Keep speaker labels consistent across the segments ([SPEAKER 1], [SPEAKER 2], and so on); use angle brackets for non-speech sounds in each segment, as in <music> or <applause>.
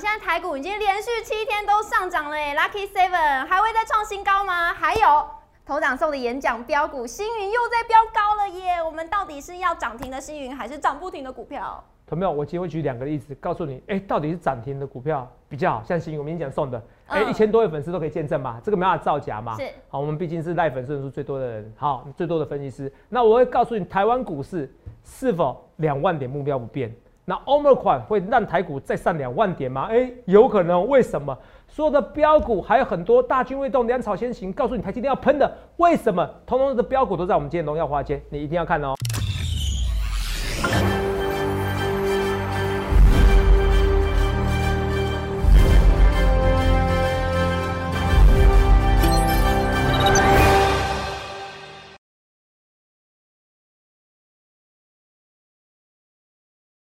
[SPEAKER 1] 在台股已经连续七天都上涨了耶，Lucky Seven 还会再创新高吗？还有头长寿的演讲标股星云又在飙高了耶，我们到底是要涨停的星云，还是涨不停的股票？
[SPEAKER 2] 同没有？我今天会举两个例子，告诉你，哎、到底是涨停的股票比较好，像新我明天讲送的，哎、
[SPEAKER 1] 嗯
[SPEAKER 2] 一千多位粉丝都可以见证嘛，这个没办法造假嘛。
[SPEAKER 1] 是
[SPEAKER 2] 好，我们毕竟是赖粉丝人数最多的人，好，最多的分析师。那我会告诉你，台湾股市是否两万点目标不变？那 Omicron 会让台股再上两万点吗？哎、有可能。为什么？所有的标股还有很多大军未动，粮草先行。告诉你，台积电要喷的，为什么？通通的标股都在我们今天荣耀华尔街，你一定要看哦。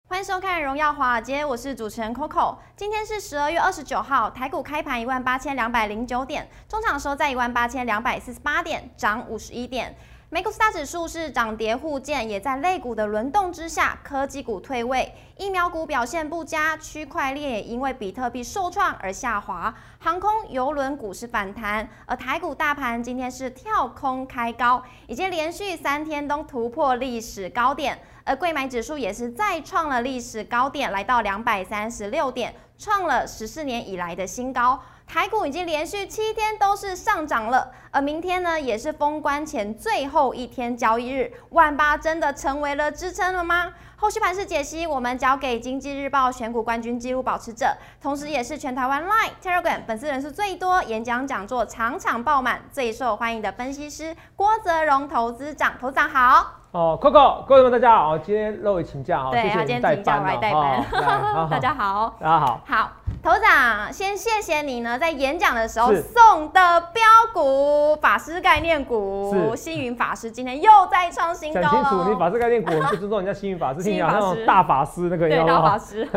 [SPEAKER 1] 欢迎收看《荣耀华尔街》，我是主持人 Coco。今天是十二月二十九号，台股开盘一万八千两百零九点，中场收在一万八千两百四十八点，涨五十一点。美股四大指数是涨跌互见，也在类股的轮动之下，科技股退位，疫苗股表现不佳，区块链也因为比特币受创而下滑，航空、邮轮股是反弹，而台股大盘今天是跳空开高，已经连续三天都突破历史高点。而呃贵买指数也是再创了历史高点，来到两百三十六点，创了十四年以来的新高。台股已经连续七天都是上涨了，而明天呢也是封关前最后一天交易日，万八真的成为了支撑了吗？后续盘势解析，我们交给经济日报选股冠军纪录保持者，同时也是全台湾 Line、Telegram 粉丝人数最多、演讲讲座场场爆满、最受欢迎的分析师郭泽荣投资长，投资长好。
[SPEAKER 2] 哦，Coco，各位朋友大家好，今天肉也请假哈，
[SPEAKER 1] 对
[SPEAKER 2] 谢谢
[SPEAKER 1] 他
[SPEAKER 2] 你
[SPEAKER 1] 今天
[SPEAKER 2] 们代
[SPEAKER 1] 请假
[SPEAKER 2] 班
[SPEAKER 1] 我
[SPEAKER 2] 哦
[SPEAKER 1] 还代班
[SPEAKER 2] 哦来好
[SPEAKER 1] 大家好，
[SPEAKER 2] 大家
[SPEAKER 1] <laughs>
[SPEAKER 2] 好，
[SPEAKER 1] 好，头长，先谢谢你呢，在演讲的时候
[SPEAKER 2] 是
[SPEAKER 1] 送的标股法师概念股，
[SPEAKER 2] 是
[SPEAKER 1] 星云法师今天又再创新高
[SPEAKER 2] 讲清楚，你
[SPEAKER 1] 了。
[SPEAKER 2] 法师概念股，我们不尊重人家星云法师，
[SPEAKER 1] 星
[SPEAKER 2] 听
[SPEAKER 1] 云
[SPEAKER 2] 讲
[SPEAKER 1] 法
[SPEAKER 2] 那种
[SPEAKER 1] 师
[SPEAKER 2] 大法师那个，啊
[SPEAKER 1] 对，
[SPEAKER 2] 有没
[SPEAKER 1] 到
[SPEAKER 2] 有
[SPEAKER 1] 法
[SPEAKER 2] <laughs>
[SPEAKER 1] 师。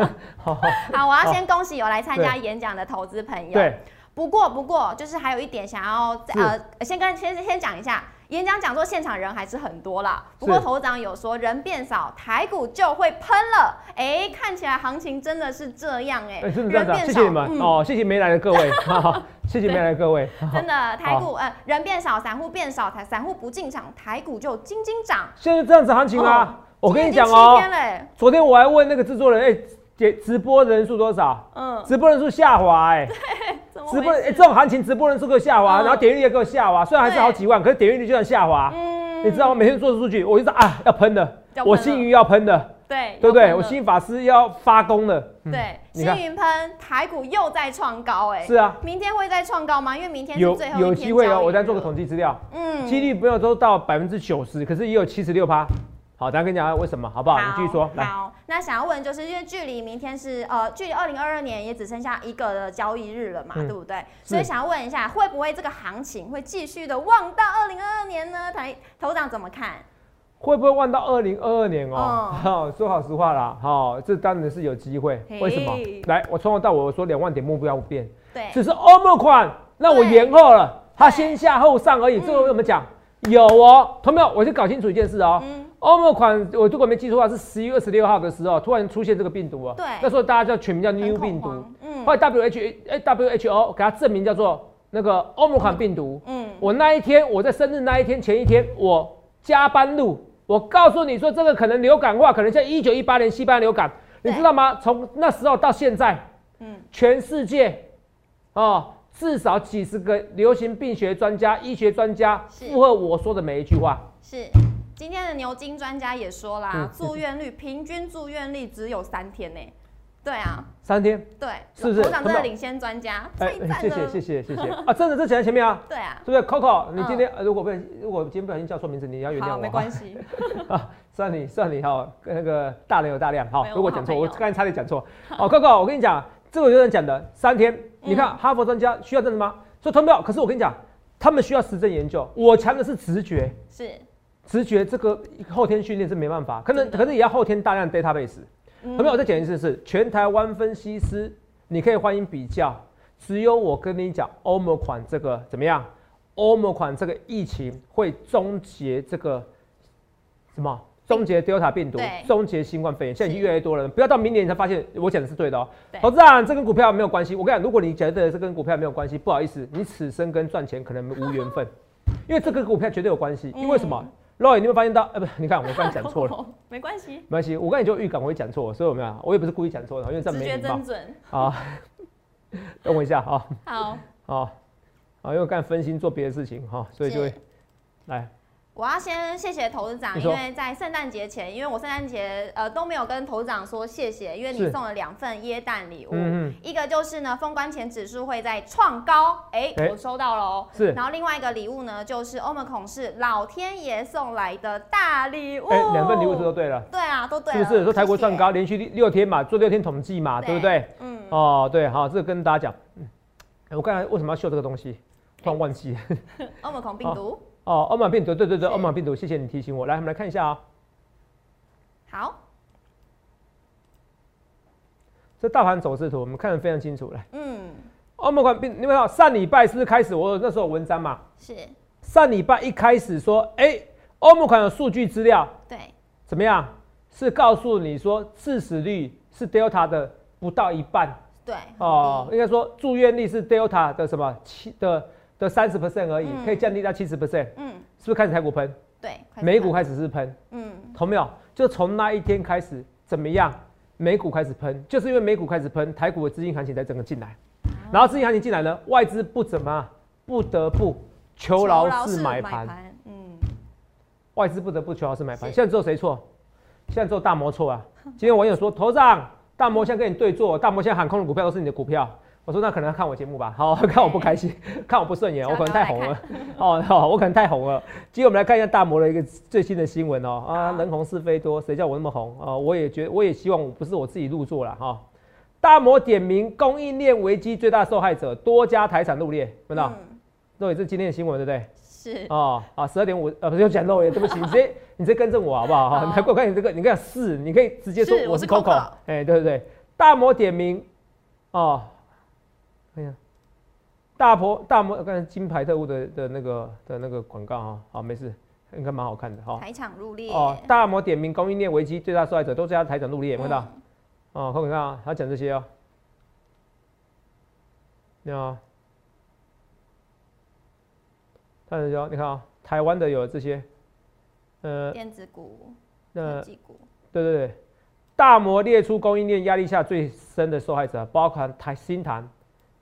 [SPEAKER 1] <laughs>
[SPEAKER 2] 好，好
[SPEAKER 1] 好，我要先恭喜有来参加演讲的投资朋友。
[SPEAKER 2] 对，
[SPEAKER 1] 不过不过，就是还有一点想要再
[SPEAKER 2] 是
[SPEAKER 1] 呃，先跟先先讲一下，演讲讲座现场人还是很多啦。不过
[SPEAKER 2] 是
[SPEAKER 1] 头长有说人变少，台股就会喷了。哎，看起来行情真的是这样哎、
[SPEAKER 2] 哎，真的这
[SPEAKER 1] 人嗯
[SPEAKER 2] 样子啊，
[SPEAKER 1] 变
[SPEAKER 2] 谢
[SPEAKER 1] 少，
[SPEAKER 2] 谢你们哦，谢谢没来的各
[SPEAKER 1] <laughs>
[SPEAKER 2] 位，哈哈谢谢没来的各位，
[SPEAKER 1] 真的，台股呃人变少，散户变少，台散户不进场，台股就斤斤涨。
[SPEAKER 2] 现在这样子行情啊，我跟你讲
[SPEAKER 1] 今天已经七，
[SPEAKER 2] 哦
[SPEAKER 1] 欸天嘞，
[SPEAKER 2] 昨天我还问那个制作人，哎，直直播人数多少？
[SPEAKER 1] 嗯，
[SPEAKER 2] 直播人数下滑，哎，
[SPEAKER 1] 怎么
[SPEAKER 2] 直播
[SPEAKER 1] 回
[SPEAKER 2] 哎
[SPEAKER 1] 事
[SPEAKER 2] 这种行情，直播人数给我下滑，
[SPEAKER 1] 嗯
[SPEAKER 2] 然后点阅率也给我下滑，虽然还是好几万，可是点阅率就算下滑，
[SPEAKER 1] 嗯
[SPEAKER 2] 你知道吗？每天做数据，我就知道啊，要喷的
[SPEAKER 1] 要，喷
[SPEAKER 2] 我
[SPEAKER 1] 了
[SPEAKER 2] 星云要喷的，
[SPEAKER 1] 对
[SPEAKER 2] 对不对？
[SPEAKER 1] 有可能
[SPEAKER 2] 我星云法师要发功了。嗯
[SPEAKER 1] 对
[SPEAKER 2] 你看
[SPEAKER 1] 星云喷，台股又在创高哎，
[SPEAKER 2] 是啊，
[SPEAKER 1] 明天会再创高吗？因为明天是
[SPEAKER 2] 有
[SPEAKER 1] 最后一天
[SPEAKER 2] 有机会
[SPEAKER 1] 交
[SPEAKER 2] 哦。
[SPEAKER 1] 易
[SPEAKER 2] 我再
[SPEAKER 1] 日
[SPEAKER 2] 做个统计资料，
[SPEAKER 1] 嗯
[SPEAKER 2] 几率没有都到百分之九十，可是也有七十六趴。好，等下跟你讲啊为什么，好不好？你继续说，来，
[SPEAKER 1] 好，那想要问就是因为距离明天是呃，距离二零二二年也只剩下一个的交易日了嘛，
[SPEAKER 2] 嗯
[SPEAKER 1] 对不对？
[SPEAKER 2] 是
[SPEAKER 1] 所以想要问一下，会不会这个行情会继续的旺到二零二二年呢？台头长怎么看？
[SPEAKER 2] 会不会望到二零二二年哦？哈，说好实话啦，哈，这当然是有机会。
[SPEAKER 1] 嗯嘿
[SPEAKER 2] 为什么？来，我从头到尾我说两万点目标不变，
[SPEAKER 1] 对，
[SPEAKER 2] 只是 Omicron 让我
[SPEAKER 1] 哎对
[SPEAKER 2] 延后了，它
[SPEAKER 1] 对
[SPEAKER 2] 先下后上而已。
[SPEAKER 1] 嗯
[SPEAKER 2] 这个我怎么讲？有哦，同没有？我就搞清楚一件事哦。
[SPEAKER 1] 嗯，
[SPEAKER 2] 欧盟款，我如果没记错的话，是十一月二十六号的时候，突然出现这个病毒啊。
[SPEAKER 1] 对
[SPEAKER 2] 那时候大家叫全名叫
[SPEAKER 1] 很
[SPEAKER 2] New
[SPEAKER 1] 恐
[SPEAKER 2] 病毒，
[SPEAKER 1] 慌，嗯
[SPEAKER 2] 后来 WHO 哎 WHO 给它证明叫做那个欧盟款病毒。
[SPEAKER 1] 嗯，
[SPEAKER 2] 我那一天我在生日那一天前一天，我加班录，我告诉你说这个可能流感化，可能像一九一八年西班牙流感，你
[SPEAKER 1] 对
[SPEAKER 2] 知道吗？从那时候到现在，
[SPEAKER 1] 嗯，
[SPEAKER 2] 全世界哦至少几十个流行病学专家、医学专家
[SPEAKER 1] 是
[SPEAKER 2] 附和我说的每一句话。
[SPEAKER 1] 是。今天的牛津专家也说啦，
[SPEAKER 2] 嗯
[SPEAKER 1] 住院率平均住院率只有三天呢、对啊，
[SPEAKER 2] 三天。
[SPEAKER 1] 对，
[SPEAKER 2] 是不是
[SPEAKER 1] 头长真
[SPEAKER 2] 头
[SPEAKER 1] 的
[SPEAKER 2] 长
[SPEAKER 1] 领先专家，
[SPEAKER 2] 哎
[SPEAKER 1] 太，赞
[SPEAKER 2] 谢谢
[SPEAKER 1] 了。
[SPEAKER 2] 谢谢
[SPEAKER 1] <laughs>
[SPEAKER 2] 谢谢啊！真的，这讲在前面啊，
[SPEAKER 1] 对啊，
[SPEAKER 2] 对不对？Coco，你
[SPEAKER 1] 嗯
[SPEAKER 2] 今天、呃如果不如果今天不小心叫错名字，你要原谅
[SPEAKER 1] 好，
[SPEAKER 2] 我
[SPEAKER 1] 没
[SPEAKER 2] 啊。
[SPEAKER 1] 关系。
[SPEAKER 2] <laughs> 算你算你哈，跟那个大人有大量哈
[SPEAKER 1] 没。有
[SPEAKER 2] 如果
[SPEAKER 1] 我好
[SPEAKER 2] 讲错，
[SPEAKER 1] 朋
[SPEAKER 2] 我
[SPEAKER 1] 友
[SPEAKER 2] 刚才差点讲错。哦，Coco，我跟你讲，这个有人讲的三天，
[SPEAKER 1] 嗯
[SPEAKER 2] 你看哈佛专家需要真的吗？说通票，可是我跟你讲，他们需要实证研究。我强的是直觉，
[SPEAKER 1] 是，
[SPEAKER 2] 直觉这个后天训练是没办法，可能
[SPEAKER 1] 真的
[SPEAKER 2] 可是也要后天大量 database。 <laughs>
[SPEAKER 1] 嗯
[SPEAKER 2] 朋友，我再讲一次是，全台湾分析师，你可以欢迎比较，只有我跟你讲，欧盟款这个怎么样？欧盟款这个疫情会终结这个什么？终结 Delta 病毒
[SPEAKER 1] 对，
[SPEAKER 2] 终结新冠肺炎，现在已经越来越多了。不要到明年你才发现我讲的是对的哦
[SPEAKER 1] 对。
[SPEAKER 2] 投资啊，这跟股票没有关系。我跟你讲，如果你觉得这跟股票没有关系，不好意思，你此生跟赚钱可能无缘分，因为这跟股票绝对有
[SPEAKER 1] <laughs>
[SPEAKER 2] 关系。
[SPEAKER 1] 嗯
[SPEAKER 2] 因为什么？肉眼你会发现到，呃，不，你看我刚才讲错了，
[SPEAKER 1] 了， <laughs> 没关系，
[SPEAKER 2] 没关系，我刚才就预感我会讲错，所以我没有，我也不是故意讲错的，因为这
[SPEAKER 1] 直
[SPEAKER 2] 样没
[SPEAKER 1] 觉
[SPEAKER 2] 礼貌
[SPEAKER 1] 真准。
[SPEAKER 2] 啊。 <laughs> 等我一下啊
[SPEAKER 1] 好，
[SPEAKER 2] <laughs> 啊啊，因为我刚才分心做别的事情哈，所以就会
[SPEAKER 1] 是
[SPEAKER 2] 来
[SPEAKER 1] 我要先谢谢投资长，
[SPEAKER 2] 你
[SPEAKER 1] 因
[SPEAKER 2] 说
[SPEAKER 1] 为在圣诞节前，因为我圣诞节呃都没有跟投资长说谢谢，因为你
[SPEAKER 2] 是
[SPEAKER 1] 送了两份椰蛋礼物，
[SPEAKER 2] 嗯嗯
[SPEAKER 1] 一个就是呢封关前指数会在创高，哎、
[SPEAKER 2] 哎
[SPEAKER 1] 我收到了哦。
[SPEAKER 2] 是
[SPEAKER 1] 然后另外一个礼物呢，就是欧盟孔是老天爷送来的大礼物，
[SPEAKER 2] 哎，两份礼物是都对了。
[SPEAKER 1] 对啊，都对
[SPEAKER 2] 是
[SPEAKER 1] 了，
[SPEAKER 2] 不是说台国
[SPEAKER 1] 谢谢
[SPEAKER 2] 上？高连续六六天嘛，做六天统计嘛，对不对？
[SPEAKER 1] 嗯，
[SPEAKER 2] 哦，对，好，这个跟大家讲，嗯，哎我刚才为什么要秀这个东西？突然忘记了
[SPEAKER 1] 欧盟孔病毒，
[SPEAKER 2] 哦，欧盟病毒，对对对，
[SPEAKER 1] 是
[SPEAKER 2] 欧盟病毒，谢谢你提醒我。来，我们来看一下啊、
[SPEAKER 1] 好，
[SPEAKER 2] 这大盘走势图，我们看得非常清楚。来，
[SPEAKER 1] 嗯，
[SPEAKER 2] 欧盟病，你们看上礼拜是不是开始？我有那时候有文章嘛，
[SPEAKER 1] 是
[SPEAKER 2] 上礼拜一开始说，哎，欧盟款有数据资料
[SPEAKER 1] 对，
[SPEAKER 2] 怎么样？是告诉你说致死率是 Delta 的不到一半，
[SPEAKER 1] 对，
[SPEAKER 2] 哦，
[SPEAKER 1] 很低，
[SPEAKER 2] 应该说住院率是 Delta 的什么七的的三十 percent 而已，
[SPEAKER 1] 嗯
[SPEAKER 2] 可以降低到七十 percent，
[SPEAKER 1] 嗯，
[SPEAKER 2] 是不是开始台股喷？
[SPEAKER 1] 对，快速
[SPEAKER 2] 美股
[SPEAKER 1] 看，
[SPEAKER 2] 开始是喷，
[SPEAKER 1] 嗯，
[SPEAKER 2] 同没有？就从那一天开始，怎么样？美股开始喷，就是因为美股开始喷，台股的资金行情才整个进来，然后资金行情进来呢，外资不怎么啊不得不求饶式买盘，，
[SPEAKER 1] 嗯，
[SPEAKER 2] 外资不得不求饶式买盘。
[SPEAKER 1] 是
[SPEAKER 2] 现在只有谁错？现在只有大摩错啊！今天网友说头上大摩现在跟你对坐，大摩现在喊空的股票都是你的股票。我说那可能要看我节目吧，好 <laughs> 看我不开心，看我不顺眼，
[SPEAKER 1] 想要
[SPEAKER 2] 我可能太红了。 <laughs> 哦，好我可能太红了。今天我们来看一下大摩的一个最新的新闻哦。啊，
[SPEAKER 1] 好
[SPEAKER 2] 人红是非多，谁叫我那么红啊？我也觉我也希望我不是我自己入座了哈、大摩点名供应链危机最大受害者，多家台产入列，有没有？
[SPEAKER 1] 嗯
[SPEAKER 2] 这也是今天的新闻，对不对？
[SPEAKER 1] 是， <laughs>
[SPEAKER 2] 哦，好，十二点五，呃，不是又讲漏了，对不起，你直接你直接更正我好不好？
[SPEAKER 1] 好
[SPEAKER 2] 哈，你还怪怪你这个，你看是，你可以直接说
[SPEAKER 1] 是
[SPEAKER 2] 我
[SPEAKER 1] 我
[SPEAKER 2] 是
[SPEAKER 1] 是
[SPEAKER 2] Coco，
[SPEAKER 1] Coco
[SPEAKER 2] 哎、对不对？大摩点名，哦，哎呀，大婆大摩，刚才金牌特务的的那个的那个广告啊、哦，好，没事，应该蛮好看的哈。
[SPEAKER 1] 台场入列，
[SPEAKER 2] 哦，大摩点名供应链危机最大受害者都是他台长陆力，有没有看到？
[SPEAKER 1] 嗯
[SPEAKER 2] 哦，看看啊，啊他讲这些哦。你好，看这些哦，你看啊、台湾的有这些，呃，
[SPEAKER 1] 电子股、科
[SPEAKER 2] 呃，
[SPEAKER 1] 技股，
[SPEAKER 2] 对对对，大摩列出供应链压力下最深的受害者，包含台新唐、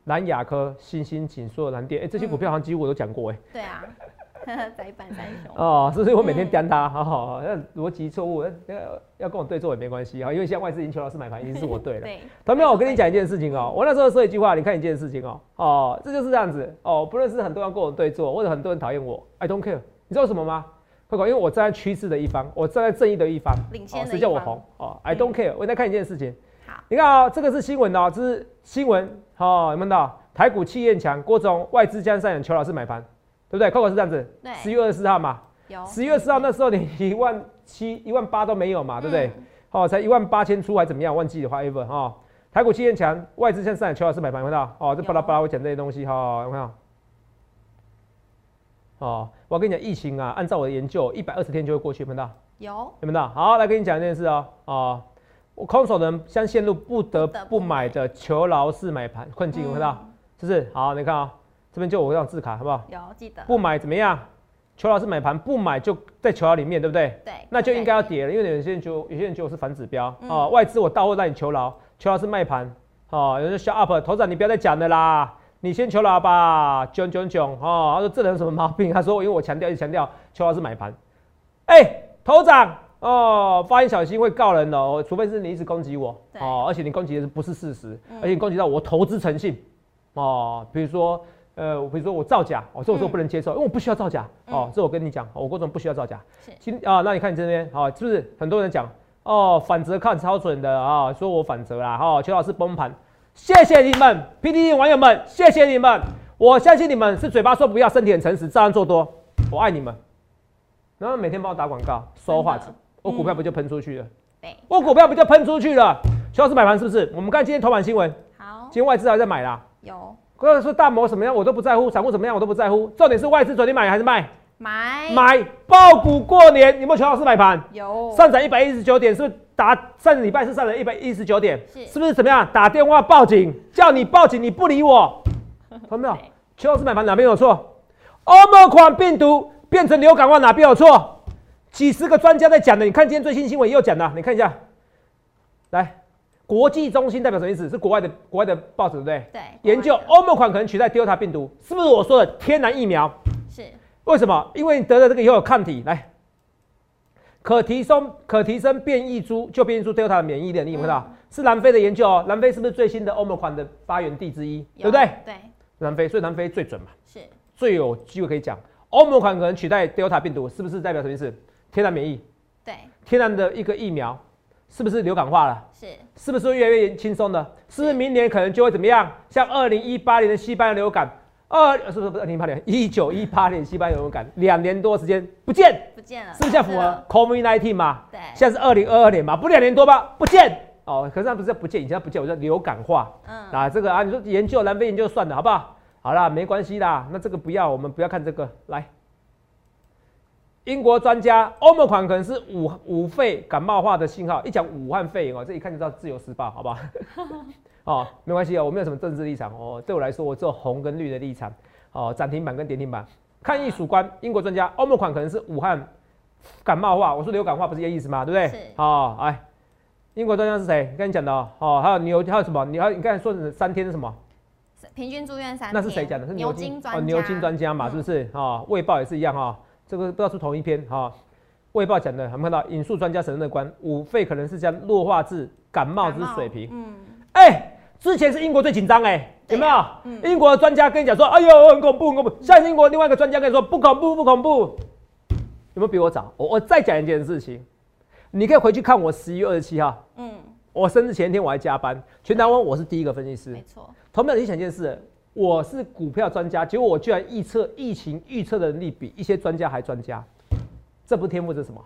[SPEAKER 2] 蓝雅科、新兴、锦硕、蓝电，哎、这些股票好像几乎我都讲过哎、
[SPEAKER 1] 对啊， <laughs> 窄板三雄，
[SPEAKER 2] 哦，是不是我每天
[SPEAKER 1] 嗯
[SPEAKER 2] 颠他？好好，好那逻辑错误，那那要跟我对坐也没关系啊，因为现在外资已经求老师买盘，已经是我对了。
[SPEAKER 1] 对，
[SPEAKER 2] 同没有，我跟你讲一件事情哦、我那时候说一句话，你看一件事情哦、哦，这就是这样子哦、不论是很多人跟我对坐，或者很多人讨厌我，I don't care，你知道为什么吗？快快，因为我站在趋势的一方，我站在正义的一方，
[SPEAKER 1] 领先的
[SPEAKER 2] 谁
[SPEAKER 1] 一
[SPEAKER 2] 叫我
[SPEAKER 1] 方嗯
[SPEAKER 2] 红哦、i don't care，、我在看一件事情，
[SPEAKER 1] 好，
[SPEAKER 2] 你看啊、这个是新闻哦、这是新闻哦、有没有看到？台股气焰强，郭总外资将上演邱老师买盘，对不对？快快是这样子，
[SPEAKER 1] 对
[SPEAKER 2] 十月二十四号嘛，
[SPEAKER 1] 有
[SPEAKER 2] 十月二十号那时候你一万七、一万八都没有嘛，对不对？
[SPEAKER 1] 嗯
[SPEAKER 2] 哦，才一万八千出还怎么样？忘记的话，ever 哈、台股期限强，外资向上海邱老师买盘，有没有看到？哦，这巴拉巴拉，我讲这些东西哈、有没有？哦，我跟你讲，疫情啊，按照我的研究，一百二十天就会过去，有没有看到？
[SPEAKER 1] 有
[SPEAKER 2] 有没有看到？好，来跟你讲一件事哦，哦，我空手的人将陷入不得
[SPEAKER 1] 不得不
[SPEAKER 2] 不买
[SPEAKER 1] 买
[SPEAKER 2] 的求饶式买盘困境，有没有看
[SPEAKER 1] 嗯
[SPEAKER 2] 到？是不是？好，你看啊、这边就我让字卡，好不好？
[SPEAKER 1] 有记得，
[SPEAKER 2] 不买怎么样？邱老师买盘不买就在求饶里面，对不对？
[SPEAKER 1] 对，
[SPEAKER 2] 那就应该要
[SPEAKER 1] 对
[SPEAKER 2] 跌了，因为有些人就有些人就是反指标
[SPEAKER 1] 嗯
[SPEAKER 2] 哦，外资我到货让你求饶，求饶是卖盘哦，有人说 shut up，头长你不要再讲了啦，你先求饶吧，囧囧囧哦，他说这人有什么毛病？他说因为我强调一直强调求饶是买盘，哎、头长哦，发言小心会告人哦，除非是你一直攻击我
[SPEAKER 1] 对
[SPEAKER 2] 哦，而且你攻击的是不是事实，
[SPEAKER 1] 嗯
[SPEAKER 2] 而且你攻击到我投资诚信哦，比如说。呃，比如说我造假，哦，这我说
[SPEAKER 1] 嗯
[SPEAKER 2] 不能接受，因为我不需要造假，哦
[SPEAKER 1] 嗯，
[SPEAKER 2] 这我跟你讲，哦我郭总不需要造假，
[SPEAKER 1] 是
[SPEAKER 2] 今啊，那你看你这边，好、是不是很多人讲哦，反折看超准的啊、说我反折啦，哦，邱老师崩盘，谢谢你们，PDD 网友们，谢谢你们，我相信你们是嘴巴说不要，身体很诚实，照样做多，我爱你们。然后每天帮我打广告，说话
[SPEAKER 1] 真的，嗯
[SPEAKER 2] 我股票不就喷出去了？
[SPEAKER 1] 对，
[SPEAKER 2] 我股票不就喷出去了？邱老师买盘是不是？我们看今天头版新闻，
[SPEAKER 1] 好
[SPEAKER 2] 今天外资还在买啦。
[SPEAKER 1] 有
[SPEAKER 2] 或者说大摩什么样我都不在乎，散户怎么样我都不在乎，重点是外资昨天买还是卖？
[SPEAKER 1] 买
[SPEAKER 2] 买爆股过年有没有全老师买盘？
[SPEAKER 1] 有
[SPEAKER 2] 上涨一百一十九点，是不是打上礼拜是上涨一百一十九点？
[SPEAKER 1] 是
[SPEAKER 2] 不是怎么样？打电话报警，叫你报警，你不理 <laughs> 我，看到没有
[SPEAKER 1] 对？
[SPEAKER 2] 邱老师买盘哪边有错？欧盟款病毒变成流感化哪边有错？几十个专家在讲的，你看今天最新新闻也有讲的，你看一下。来，国际中心代表什么意思？是国外的国外的报纸对不对？
[SPEAKER 1] 对
[SPEAKER 2] 研究哦
[SPEAKER 1] 国外
[SPEAKER 2] 欧盟款可能取代 Delta 病毒，是不是我说的天然疫苗？
[SPEAKER 1] 的是
[SPEAKER 2] 为什么？因为你得了这个以后有抗体，来，可提升可提升变异株就变异株 Delta 的免疫力，你有没有看到？是南非的研究哦，南非是不是最新的欧盟款的发源地之一？对
[SPEAKER 1] 有
[SPEAKER 2] 不对？
[SPEAKER 1] 对
[SPEAKER 2] 南非，所以南非最准嘛，
[SPEAKER 1] 是
[SPEAKER 2] 最有机会可以讲。欧盟款可能取代 Delta 病毒，是不是代表什么意思？天然免疫，
[SPEAKER 1] 对
[SPEAKER 2] 天然的一个疫苗，是不是流感化了？
[SPEAKER 1] 是
[SPEAKER 2] 是不是越来越轻松了？是不是明年可能就会怎么样？像二零一八年的西班牙流感，二呃是不是不是二零一八年？一九一八年西班牙流感，两年多时间不见，
[SPEAKER 1] 不见了，
[SPEAKER 2] 是不是这样符合 COVID nineteen 嘛？
[SPEAKER 1] 对
[SPEAKER 2] 现在是二零二二年嘛，不两年多吧？不见哦，可是它不是不见，以前它不见，我叫流感化。
[SPEAKER 1] 嗯
[SPEAKER 2] 啊，这个啊，你说研究南非研究算了，好不好？好啦，没关系啦，那这个不要，我们不要看这个。来，英国专家欧盟款可能是武武肺感冒化的信号，一讲武汉肺炎哦，这一看就知道《自由时报》，好不 <laughs> 好？哦，没关系哦，我没有什么政治立场哦，对我来说，我只有红跟绿的立场哦，涨停板跟跌停板。抗疫曙光，英国专家欧盟款可能是武汉感冒化，我说流感化不是一个意思吗？对不对？
[SPEAKER 1] 是
[SPEAKER 2] 哦，哎，英国专家是谁？跟你讲的哦，哦，还有牛，还有什么？你还有你刚才说的三天是什么？
[SPEAKER 1] 平均住院三
[SPEAKER 2] 那是
[SPEAKER 1] 天
[SPEAKER 2] 谁讲的？是
[SPEAKER 1] 牛津专
[SPEAKER 2] 哦，
[SPEAKER 1] 家
[SPEAKER 2] 牛津专家嘛，
[SPEAKER 1] 嗯
[SPEAKER 2] 是不是？哦，卫报也是一样哦，这个不知道是不是同一篇哈。卫报讲的，我们看到引述专家审认官，五肺可能是将弱化至感冒之水平。
[SPEAKER 1] 嗯
[SPEAKER 2] 哎、之前是英国最紧张哎，有
[SPEAKER 1] 对
[SPEAKER 2] 没有
[SPEAKER 1] 啊？嗯
[SPEAKER 2] 英国的专家跟你讲说，哎呦，很恐怖，很恐怖。下次英国另外一个专家跟你说，不恐怖，不恐怖。有没有比我早？我我再讲一件事情，你可以回去看我十一月二十七号，
[SPEAKER 1] 嗯，
[SPEAKER 2] 我生日前一天我还加班，全台湾我是第一个分析师
[SPEAKER 1] 没。错，
[SPEAKER 2] 同没有你想一件事，我是股票专家，结果我居然预测疫情预测的能力比一些专家还专家，这不是天赋，这是什么？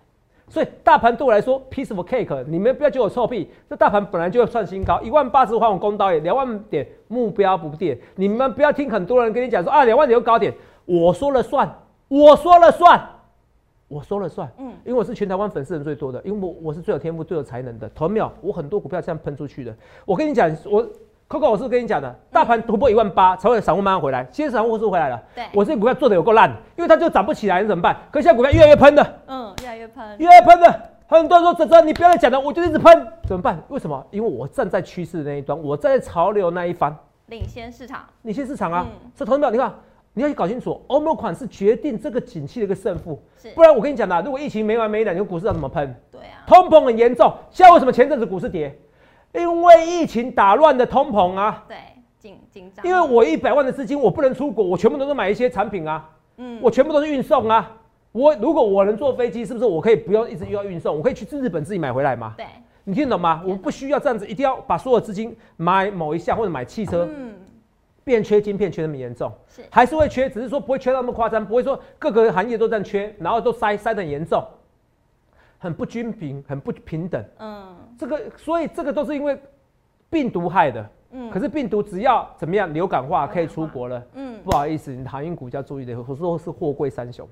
[SPEAKER 2] 所以大盘对我来说 piece of cake，你们不要觉得我臭屁。这大盘本来就要创新高，一万八十换我公刀也两万点目标不变。你们不要听很多人跟你讲说啊两万点就高点，我说了算，我说了算，我说了算。
[SPEAKER 1] 嗯
[SPEAKER 2] 因为我是全台湾粉丝人最多的，因为我我是最有天赋、最有才能的。同秒，我很多股票这样喷出去的。我跟你讲，我 Coco 我是跟你讲的，大盘突破一万八，才会有散户慢慢回来。现在散户是不是回来了，
[SPEAKER 1] 对
[SPEAKER 2] 我这股票做的有够烂，因为它就涨不起来，你怎么办？可是现在股票越来越喷的，
[SPEAKER 1] 嗯，越来越喷，
[SPEAKER 2] 越来越喷的。很多人说：“哲哲，你不要再讲了，我就一直喷，怎么办？为什么？因为我站在趋势的那一端，我站在潮流那一方。
[SPEAKER 1] 领先市场，
[SPEAKER 2] 你先市场啊
[SPEAKER 1] 嗯，
[SPEAKER 2] 这投资表你看，你要去搞清楚，欧盟款是决定这个景气的一个胜负。
[SPEAKER 1] 是
[SPEAKER 2] 不然我跟你讲啊啦，如果疫情没完没了，你说股市要怎么喷？
[SPEAKER 1] 对啊，
[SPEAKER 2] 通膨很严重，现在为什么前阵子股市跌？因为疫情打乱的通膨啊！
[SPEAKER 1] 对，紧紧张，
[SPEAKER 2] 因为我一百万的资金，我不能出国，我全部都是买一些产品啊，
[SPEAKER 1] 嗯
[SPEAKER 2] 我全部都是运送啊。我如果我能坐飞机，是不是我可以不用一直又要运送？我可以去日本自己买回来嘛？
[SPEAKER 1] 对，
[SPEAKER 2] 你听得懂吗？我不需要这样子，一定要把所有资金买某一项或者买汽车，
[SPEAKER 1] 嗯
[SPEAKER 2] 变缺晶片缺那么严重。
[SPEAKER 1] 是
[SPEAKER 2] 还是会缺，只是说不会缺到那么夸张，不会说各个行业都这样缺，然后都塞塞得很严重，很不均平，很不平等。
[SPEAKER 1] 嗯
[SPEAKER 2] 这个所以这个都是因为病毒害的。
[SPEAKER 1] 嗯
[SPEAKER 2] 可是病毒只要怎么样，流感化
[SPEAKER 1] 流感化
[SPEAKER 2] 可以出国了。
[SPEAKER 1] 嗯
[SPEAKER 2] 不好意思，你航运股就要注意的，我说是货柜三雄，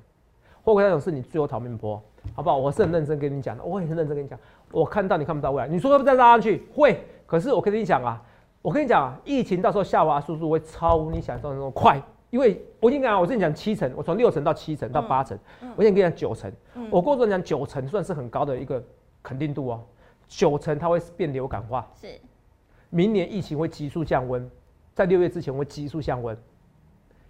[SPEAKER 2] 货柜三雄是你最后逃命坡，好不好？我是很认真跟你讲的，我也很认真跟你讲，我看到你看不到未来，你说会不会再拉上去？会，可是我跟你讲啊，我跟你讲、啊，疫情到时候下滑速度会超你想象中的快，因为我跟你讲，我跟你讲七成，我从六成到七成到八成，
[SPEAKER 1] 嗯
[SPEAKER 2] 我现在跟你讲九成，
[SPEAKER 1] 嗯
[SPEAKER 2] 我过程讲九成算是很高的一个肯定度哦，九成它会变流感化。
[SPEAKER 1] 是
[SPEAKER 2] 明年疫情会急速降温，在六月之前会急速降温，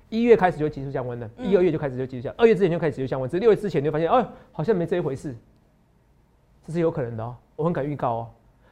[SPEAKER 2] 一月开始就会急速降温了，
[SPEAKER 1] 嗯
[SPEAKER 2] 一、二月就开始就急速降，二月之前就开始急速降温，只是六月之前你就发现，哎、好像没这一回事，这是有可能的哦，我很敢预告哦，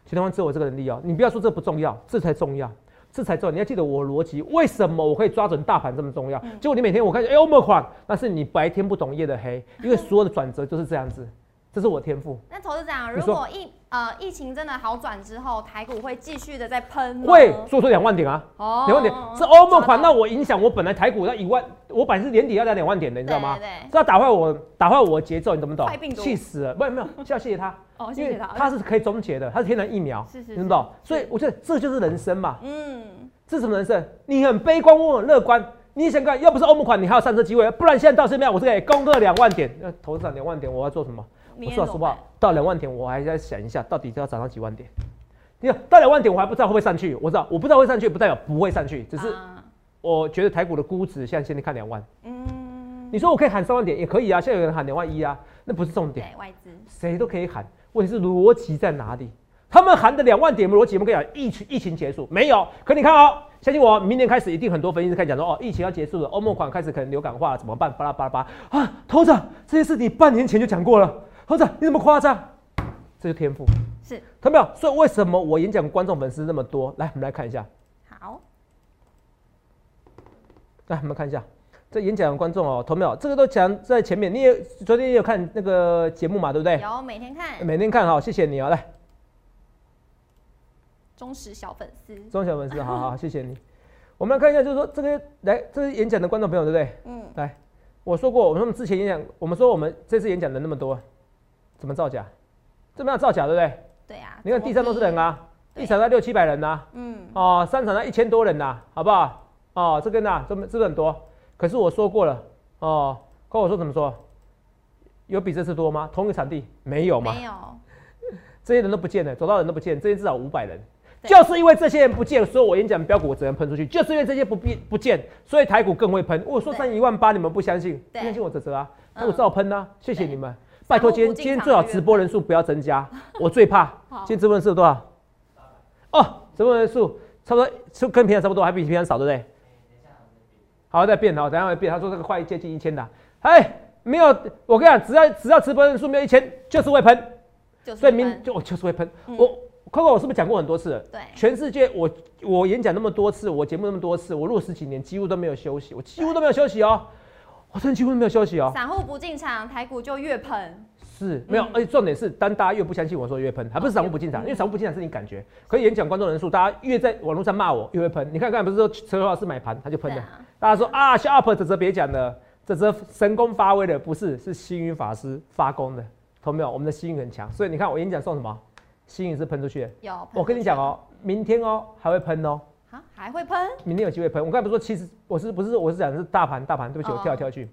[SPEAKER 2] 全台湾只有我这个能力哦，你不要说这不重要，这才重要。这才重要，你要记得我的逻辑，为什么我可以抓准大盘这么重要？结果你每天我看，哎、我们款，那是你白天不懂夜的黑，因为所有的转折就是这样子，这是我天赋。
[SPEAKER 1] 那投资长，
[SPEAKER 2] 你
[SPEAKER 1] 如
[SPEAKER 2] 说
[SPEAKER 1] 果疫呃疫情真的好转之后，台股会继续的在喷吗？
[SPEAKER 2] 会做出两万点啊，
[SPEAKER 1] 哦
[SPEAKER 2] 两万点是欧盟
[SPEAKER 1] 抓
[SPEAKER 2] 款，
[SPEAKER 1] 到
[SPEAKER 2] 那我影响我本来台股要一万，我本来是年底要拿两万点的，你知道吗
[SPEAKER 1] 对对？
[SPEAKER 2] 这要打坏我打坏我节奏，你懂不懂
[SPEAKER 1] 快病？毒
[SPEAKER 2] 气死了！不，
[SPEAKER 1] <laughs>
[SPEAKER 2] 没有，是要谢谢他，
[SPEAKER 1] 哦，
[SPEAKER 2] 因
[SPEAKER 1] 谢
[SPEAKER 2] 为
[SPEAKER 1] 谢他，
[SPEAKER 2] 他是可以终结的，他是天然疫苗，
[SPEAKER 1] 是是
[SPEAKER 2] 你
[SPEAKER 1] 是
[SPEAKER 2] 懂不懂？
[SPEAKER 1] 是
[SPEAKER 2] 所以我觉得这就是人生嘛，
[SPEAKER 1] 嗯
[SPEAKER 2] 这是什么人生？你很悲观，我很乐观，你想看，要不是欧盟款，你还有上车机会，不然现在到现在我是给攻克两万点，呃那头涨两万点，我要做什么？我啊说实话，到两万点我还在想一下，到底要涨到几万点？你看到两万点我还不知道会不会上去，我知道我不知道会上去，不代表不会上去，只是
[SPEAKER 1] 啊
[SPEAKER 2] 我觉得台股的估值现在先看两万。
[SPEAKER 1] 嗯，
[SPEAKER 2] 你说我可以喊三万点也可以啊，现在有人喊两万一啊，那不是重点，
[SPEAKER 1] 对外资
[SPEAKER 2] 谁都可以喊，问题是逻辑在哪里？他们喊的两万点逻辑，我们跟你讲，疫情疫情结束没有？可你看哦，相信我，明年开始一定很多分析师开始讲说，哦，疫情要结束了，欧盟款开始可能流感化了，怎么办？巴拉巴拉巴拉啊，头子，这些事你半年前就讲过了，头子你怎么夸张？这就天赋，
[SPEAKER 1] 是
[SPEAKER 2] 看到没有？所以为什么我演讲观众粉丝那么多？来，我们来看一下。
[SPEAKER 1] 好，
[SPEAKER 2] 来，我们看一下这演讲的观众哦，投票这个都讲在前面，你也昨天也有看那个节目嘛，对不对？
[SPEAKER 1] 有每天看
[SPEAKER 2] 每天看好，谢谢你啊、哦，来，
[SPEAKER 1] 忠实小粉丝，
[SPEAKER 2] 钟小粉丝，好好，谢谢你。我们来看一下，就是说这个来这个演讲的观众朋友，对不对？
[SPEAKER 1] 嗯，
[SPEAKER 2] 来，我说过，我们之前演讲，我们说我们这次演讲人那么多，怎么造假？怎么样造假，对不对？
[SPEAKER 1] 对啊，
[SPEAKER 2] 你看第三都是人
[SPEAKER 1] 啊，
[SPEAKER 2] 啊，
[SPEAKER 1] 对
[SPEAKER 2] 第三才六七百人呐、
[SPEAKER 1] 嗯，
[SPEAKER 2] 哦，三场那一千多人呐、好不好？哦，这个呐、这么这个很多。可是我说过了，哦，跟我说怎么说？有比这次多吗？同一个场地没有吗？
[SPEAKER 1] 没有，嗯
[SPEAKER 2] 这些人都不见了，走到人都不见，这些至少五百人。
[SPEAKER 1] 对
[SPEAKER 2] 就是因为这些人不见，所以我演讲标股我只能喷出去。就是因为这些不必不见，所以台股更会喷。我说上一万八，你们不相信？不
[SPEAKER 1] 对
[SPEAKER 2] 相信我泽泽啊，
[SPEAKER 1] 嗯
[SPEAKER 2] 台股照喷啊！谢谢
[SPEAKER 1] 对
[SPEAKER 2] 你们，拜托今天
[SPEAKER 1] 不进
[SPEAKER 2] 今天
[SPEAKER 1] 场
[SPEAKER 2] 最好
[SPEAKER 1] 的
[SPEAKER 2] 直播人数不要
[SPEAKER 1] <laughs>
[SPEAKER 2] 增加，我最怕。
[SPEAKER 1] 好
[SPEAKER 2] 今天直播人数有多少？哦，直播人数差不多，就跟平常差不多，还比平常少，对不对？好，再变好，等一下会变。他说这个快接近一千的，哎，没有，我跟你讲，只要只要直播人数没有一千，就是会喷。
[SPEAKER 1] 就是
[SPEAKER 2] 所以
[SPEAKER 1] 我
[SPEAKER 2] 明
[SPEAKER 1] 们
[SPEAKER 2] 就我就是会喷。
[SPEAKER 1] 嗯
[SPEAKER 2] 我 Coco，我是不是讲过很多次了？
[SPEAKER 1] 对
[SPEAKER 2] 全世界我我演讲那么多次，我节目那么多次，我录十几年几乎都没有休息，我几乎都没有休息哦，我真的几乎都没有休息哦。
[SPEAKER 1] 散户不进场，台股就越喷，
[SPEAKER 2] 是没有，而且重点是，当大家越不相信我说越喷，还不是散户不进场，
[SPEAKER 1] 嗯
[SPEAKER 2] 因为散户不进场是你感觉，可是演讲观众人数，大家越在网络上骂我越会喷。你看刚才不是说陈老师买盘他就喷
[SPEAKER 1] 对
[SPEAKER 2] 了，
[SPEAKER 1] 啊，
[SPEAKER 2] 大家说啊，shut up，泽泽别讲了，泽泽神功发威的不是，是星云法师发功的，懂没有？我们的星云很强，所以你看我演讲送什么，星云是喷出
[SPEAKER 1] <laughs>
[SPEAKER 2] 去的。
[SPEAKER 1] 有喷
[SPEAKER 2] 我跟你讲哦，明天哦还会喷哦，
[SPEAKER 1] 啊，还会喷，
[SPEAKER 2] 明天有机会喷。我刚才不是说其实我是不是我是讲的是大盘大盘，对不起，我
[SPEAKER 1] 哦
[SPEAKER 2] 跳来跳去。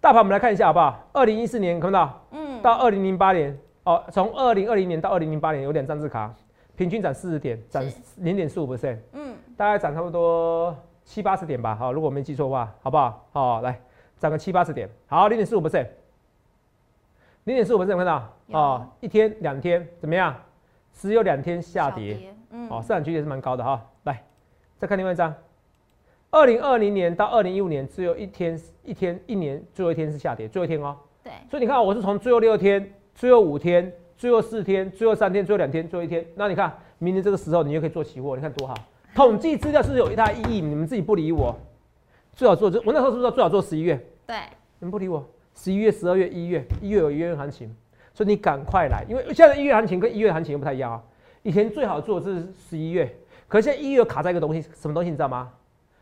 [SPEAKER 2] 大盘我们来看一下好不好？二零一四年看不到，
[SPEAKER 1] 嗯，
[SPEAKER 2] 到二零零八年哦，从二零二零年到二零零八年有两张字卡，平均涨四十点，涨
[SPEAKER 1] 是
[SPEAKER 2] 零点四五 percent，
[SPEAKER 1] 嗯，
[SPEAKER 2] 大概涨差不多七八十点吧。好、如果我没记错的话，好不好？好、来涨个七八十点，好，零点四五 percent，零点四五 percent 看到
[SPEAKER 1] 有
[SPEAKER 2] 哦，一天两天怎么样？只有两天下
[SPEAKER 1] 小
[SPEAKER 2] 跌。，
[SPEAKER 1] 嗯，
[SPEAKER 2] 哦，市场区也是蛮高的哈、来，再看另外一张，二零二零年到二零一五年只有一天，一天一年最后一天是下跌，最后一天哦。
[SPEAKER 1] 对，
[SPEAKER 2] 所以你看，我是从最后六天、最后五天、最后四天、最后三天、最后两天、最后一天。那你看，明年这个时候你就可以做期货，你看多好。统计资料是有一大意义，你们自己不理我，最好做就我那时候是不是说最好做十一月？
[SPEAKER 1] 对，
[SPEAKER 2] 你们不理我。十一月、十二月、一月，一月有一月行情，所以你赶快来，因为现在的一月行情跟一月行情又不太一样啊。以前最好做的是十一月，可是现在一月卡在一个东西，什么东西你知道吗？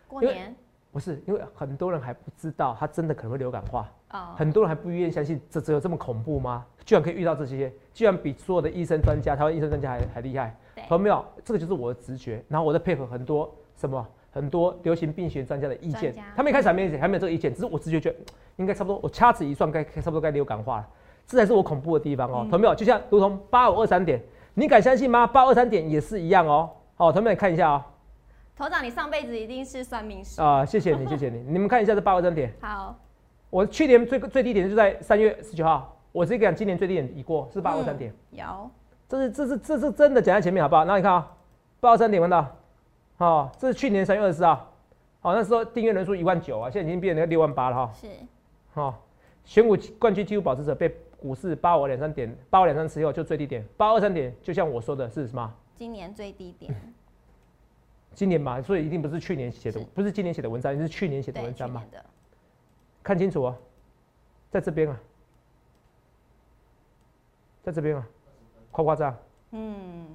[SPEAKER 1] 过
[SPEAKER 2] 因为
[SPEAKER 1] 年，
[SPEAKER 2] 不是，因为很多人还不知道，它真的可能会流感化，
[SPEAKER 1] 哦，
[SPEAKER 2] 很多人还不愿意相信，这只有这么恐怖吗？居然可以遇到这些，居然比所有的医生专家、台湾医生专家还还厉害。
[SPEAKER 1] 对，
[SPEAKER 2] 朋友们，这个就是我的直觉，然后我再配合很多什么很多流行病学专家的意见
[SPEAKER 1] 专家，
[SPEAKER 2] 他们一开始还没还没有这个意见，只是我直觉觉得嗯应该差不多，我掐指一算该该差不多该流感化了，这才是我恐怖的地方哦。
[SPEAKER 1] 嗯
[SPEAKER 2] 朋友们，就像如同八五二三点，你敢相信吗？八二三点也是一样哦。好，朋友们看一下哦，
[SPEAKER 1] 头长，你上辈子一定是算命师，
[SPEAKER 2] 啊、谢谢你，谢谢你，你们看一下这八二三点，
[SPEAKER 1] 好，
[SPEAKER 2] 我去年最最低点就在三月十九号，我直接讲今年最低点已过是八二三
[SPEAKER 1] 嗯
[SPEAKER 2] 点。
[SPEAKER 1] 有，
[SPEAKER 2] 这是这是这是真的讲在前面好不好？那你看啊、八二三点看到，哦，这是去年三月二十号，好、那时候订阅人数一万九啊，现在已经变成六万八了哈、
[SPEAKER 1] 是，
[SPEAKER 2] 好、选股冠军纪录保持者被股市八五两三点八五两三持有就最低点，八二三点就像我说的是什么？
[SPEAKER 1] 今年最低点，
[SPEAKER 2] 嗯今年嘛，所以一定不是去年写的，
[SPEAKER 1] 是
[SPEAKER 2] 不是今年写的文章，是去年写的
[SPEAKER 1] 对，
[SPEAKER 2] 文
[SPEAKER 1] 去
[SPEAKER 2] 章嘛？
[SPEAKER 1] 年的，
[SPEAKER 2] 看清楚哦，在这边啊，在这边啊，夸夸张，
[SPEAKER 1] 嗯，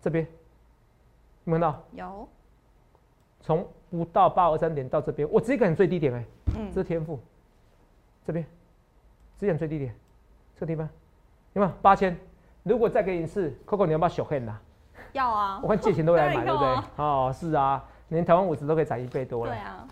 [SPEAKER 2] 这边，你们看到？
[SPEAKER 1] 有，
[SPEAKER 2] 从不到八二三点到这边，我直接讲最低点哎、
[SPEAKER 1] 嗯
[SPEAKER 2] 这，是天赋，这边，直接讲最低点，这个地方，有没有八千？如果再给你一次，Coco 你要不要小看呐？
[SPEAKER 1] 要啊
[SPEAKER 2] 我，看借钱都会来
[SPEAKER 1] <laughs> 当
[SPEAKER 2] 买，
[SPEAKER 1] 然要
[SPEAKER 2] 对不对
[SPEAKER 1] 啊？
[SPEAKER 2] 哦，是啊，连台湾五十都可以涨一倍多
[SPEAKER 1] 对
[SPEAKER 2] 了。
[SPEAKER 1] 啊，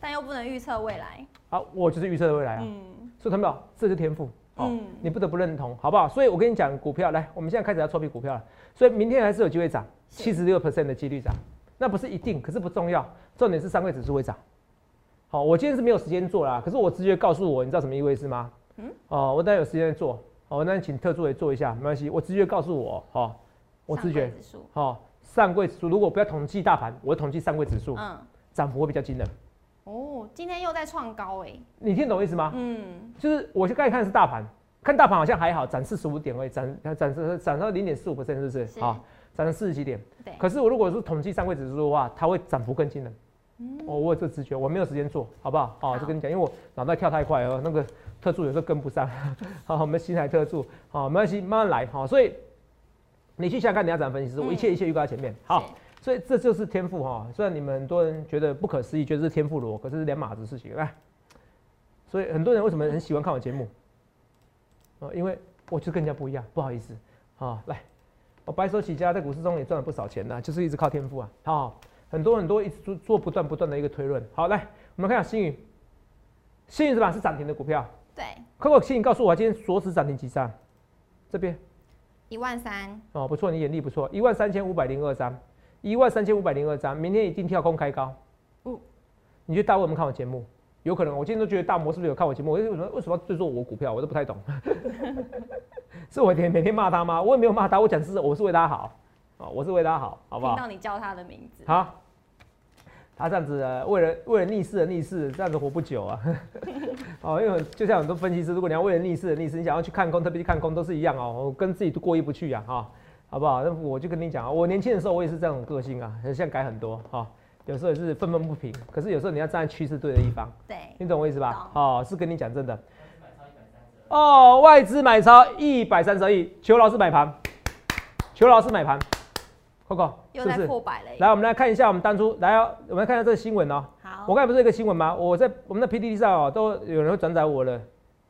[SPEAKER 1] 但又不能预测未来。
[SPEAKER 2] 啊，我就是预测的未来啊。
[SPEAKER 1] 嗯
[SPEAKER 2] 所以他们讲这是天赋，哦，
[SPEAKER 1] 嗯
[SPEAKER 2] 你不得不认同，好不好？所以我跟你讲股票，来，我们现在开始要抽皮股票了，所以明天还是有机会涨，七
[SPEAKER 1] 是
[SPEAKER 2] 十六 percent 的几率涨，那不是一定，可是不重要，重点是上柜指数会涨。好，我今天是没有时间做啦，可是我直觉告诉我，你知道什么意味是吗？
[SPEAKER 1] 嗯
[SPEAKER 2] 嗯，哦，我等下有时间做，哦，我那请特助也做一下，没关系，我直觉告诉我，哦，我直觉
[SPEAKER 1] 上，柜指数，
[SPEAKER 2] 哦，上柜指数如果不要统计大盘，我会统计上柜指数，
[SPEAKER 1] 嗯，
[SPEAKER 2] 涨幅会比较惊人，
[SPEAKER 1] 哦，今天又在创高哎、
[SPEAKER 2] 你听懂意思吗？
[SPEAKER 1] 嗯，
[SPEAKER 2] 就是我就刚才看的是大盘，看大盘好像还好，涨四十五点位，涨涨涨涨到零点四五 percent 是不是
[SPEAKER 1] 是？
[SPEAKER 2] 啊，涨了四十几点。
[SPEAKER 1] 对，
[SPEAKER 2] 可是我如果是统计上柜指数的话，它会涨幅更惊人。哦，我有这直觉，我没有时间做，好不好？
[SPEAKER 1] 嗯好
[SPEAKER 2] 哦，就跟你讲，因为我脑袋跳太快哦了，那个特助有时候跟不上。 <laughs> 好，我们新来特助，好，没关系，慢慢来。好，所以你去想想看，你要涨分
[SPEAKER 1] 嗯
[SPEAKER 2] 析师，我一切一切预告在前面。好，所以这就是天赋哈、虽然你们很多人觉得不可思议，觉得是天赋罗，可是是两码子事情。来，所以很多人为什么很喜欢看我节目？哦，因为我就跟人家不一样，不好意思啊、来，我白手起家在股市中也赚了不少钱呐、就是一直靠天赋啊。好、很多很多一直做做不断不断的一个推论。好，来，我们看一下星宇，星宇是吧？是涨停的股票。
[SPEAKER 1] 是对，
[SPEAKER 2] Coco 星宇告诉我，今天锁死涨停几张？这边。
[SPEAKER 1] 一万三，
[SPEAKER 2] 哦，不错，你眼力不错，一万三千五百零二张，一万三千五百零二张，明天一定跳空开高。
[SPEAKER 1] 哦
[SPEAKER 2] 你觉得大卫有没有看我节目？有可能，我今天都觉得大魔是不是有看我节目？我为什么为什么要追踪我股票？我都不太懂。是我天每天骂他吗？我也没有骂他，我讲是我是为他好啊、哦我是为他好，好不
[SPEAKER 1] 听
[SPEAKER 2] 好？
[SPEAKER 1] 到你叫他的名字，
[SPEAKER 2] 好，他这样子呃为了为了逆势而逆势，这样子活不久啊。哦，因为就像很多分析师，如果你要为了逆势而逆势，你想要去看空，特别去看空都是一样哦，跟自己都过意不去呀、啊，哈、好不好？那我就跟你讲啊，我年轻的时候我也是这种个性啊，现在改很多哈、有时候也是愤愤不平，可是有时候你要站在趋势对的一方，
[SPEAKER 1] 对，
[SPEAKER 2] 你懂我意思吧？
[SPEAKER 1] 懂
[SPEAKER 2] 哦，是跟你讲真的。哦，外资买超一百三十亿，邱老师买盘，邱老师买盘，Coco
[SPEAKER 1] 又
[SPEAKER 2] 是不
[SPEAKER 1] 在
[SPEAKER 2] 是？
[SPEAKER 1] 破百了、欸，
[SPEAKER 2] 来，我们来看一下我们当初来、哦，我们来看一下这个新闻哦。
[SPEAKER 1] 好，
[SPEAKER 2] 我刚才不是有一个新闻吗？我在我们的 PDD 上哦，都有人会转载我的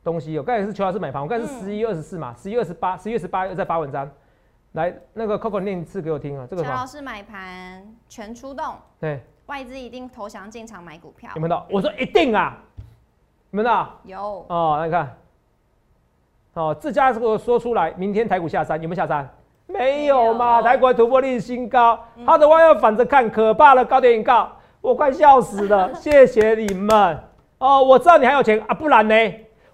[SPEAKER 2] 东西哦。我刚才也是邱老师买盘，我刚才是
[SPEAKER 1] 嗯
[SPEAKER 2] 十一二十四嘛，十一二十八，十月十八又在发文章。来，那个 Coco 念一次给我听啊，这个
[SPEAKER 1] 乔
[SPEAKER 2] 什么？
[SPEAKER 1] 老师买盘全出动，
[SPEAKER 2] 对，
[SPEAKER 1] 外资一定投降进场买股票
[SPEAKER 2] 有，没有看到？我说一定啊，有没有看到？
[SPEAKER 1] 有
[SPEAKER 2] 哦，那你看，哦，自家这个说出来，明天台股下山有没有下山？没有
[SPEAKER 1] 没
[SPEAKER 2] 嘛，
[SPEAKER 1] 有
[SPEAKER 2] 台股还突破历史新高
[SPEAKER 1] 嗯，
[SPEAKER 2] 它的话要反着看，可怕了，高点预告，我快笑死
[SPEAKER 1] <laughs>
[SPEAKER 2] 了，谢谢你们。哦，我知道你还有钱啊，不然呢？